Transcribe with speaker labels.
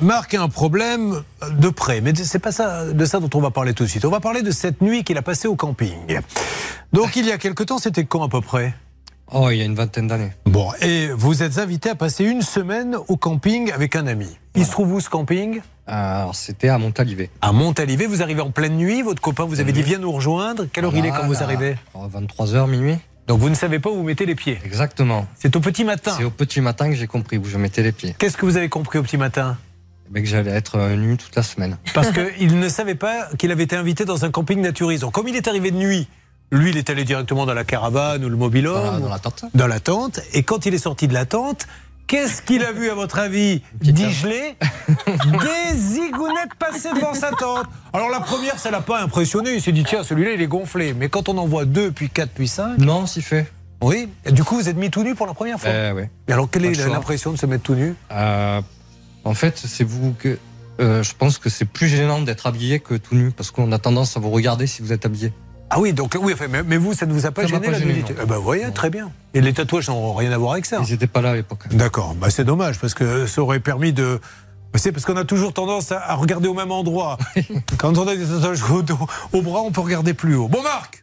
Speaker 1: Marc a un problème de près, mais c'est pas ça, de ça dont on va parler tout de suite. On va parler de cette nuit qu'il a passée au camping. Donc il y a quelque temps, c'était quand à peu près
Speaker 2: Oh, il y a une vingtaine d'années.
Speaker 1: Bon, et vous êtes invité à passer une semaine au camping avec un ami. Il se trouve où ce camping
Speaker 2: Euh, alors, c'était à Montalivet.
Speaker 1: À Montalivet, vous arrivez en pleine nuit, votre copain vous avait dit viens nous rejoindre. Quelle heure il est quand vous arrivez
Speaker 2: 23h, Oh, minuit.
Speaker 1: Donc vous ne savez pas où vous mettez les pieds.
Speaker 2: Exactement.
Speaker 1: C'est au petit matin.
Speaker 2: C'est au petit matin que j'ai compris où je mettais les pieds.
Speaker 1: Qu'est-ce que vous avez compris au petit matin
Speaker 2: Eh ben, que j'allais être euh, nu toute la semaine.
Speaker 1: Parce qu'il ne savait pas qu'il avait été invité dans un camping naturisant. Comme il est arrivé de nuit, lui, il est allé directement dans la caravane ou le mobilhome,
Speaker 2: Ah,
Speaker 1: ou
Speaker 2: Dans la, dans la tente.
Speaker 1: dans la tente. Et quand il est sorti de la tente, qu'est-ce qu'il a vu, à votre avis
Speaker 2: Petite dame.
Speaker 1: Digelé Des zigounettes passer devant sa tente. Alors la première, ça l'a pas impressionné. Il s'est dit, tiens, celui-là, il est gonflé. Mais quand on en voit deux, puis quatre, puis cinq.
Speaker 2: Non, s'y fait.
Speaker 1: Oui. Et du coup, vous êtes mis tout nu pour la première fois.
Speaker 2: Eh, ouais.
Speaker 1: Et alors, quelle
Speaker 2: pas
Speaker 1: est
Speaker 2: de choix.
Speaker 1: l'impression de se mettre tout nu
Speaker 2: Euh, en fait, c'est vous que. euh, je pense que c'est plus gênant d'être habillé que tout nu, parce qu'on a tendance à vous regarder si vous êtes habillé.
Speaker 1: Ah oui, donc oui, enfin, mais, mais vous, ça ne vous a pas
Speaker 2: Ça m'a
Speaker 1: gêné
Speaker 2: pas
Speaker 1: la
Speaker 2: gêné,
Speaker 1: nudité
Speaker 2: non.
Speaker 1: Eh ben, vous voyez,
Speaker 2: Non.
Speaker 1: très bien. Et les tatouages n'ont rien à voir avec ça.
Speaker 2: Ils n'étaient pas là à l'époque.
Speaker 1: D'accord, bah, c'est dommage parce que ça aurait permis de. Mais C'est parce qu'on a toujours tendance à à regarder au même endroit. Quand on a des tatouages au dos, au bras, on peut regarder plus haut. Bon, Marc,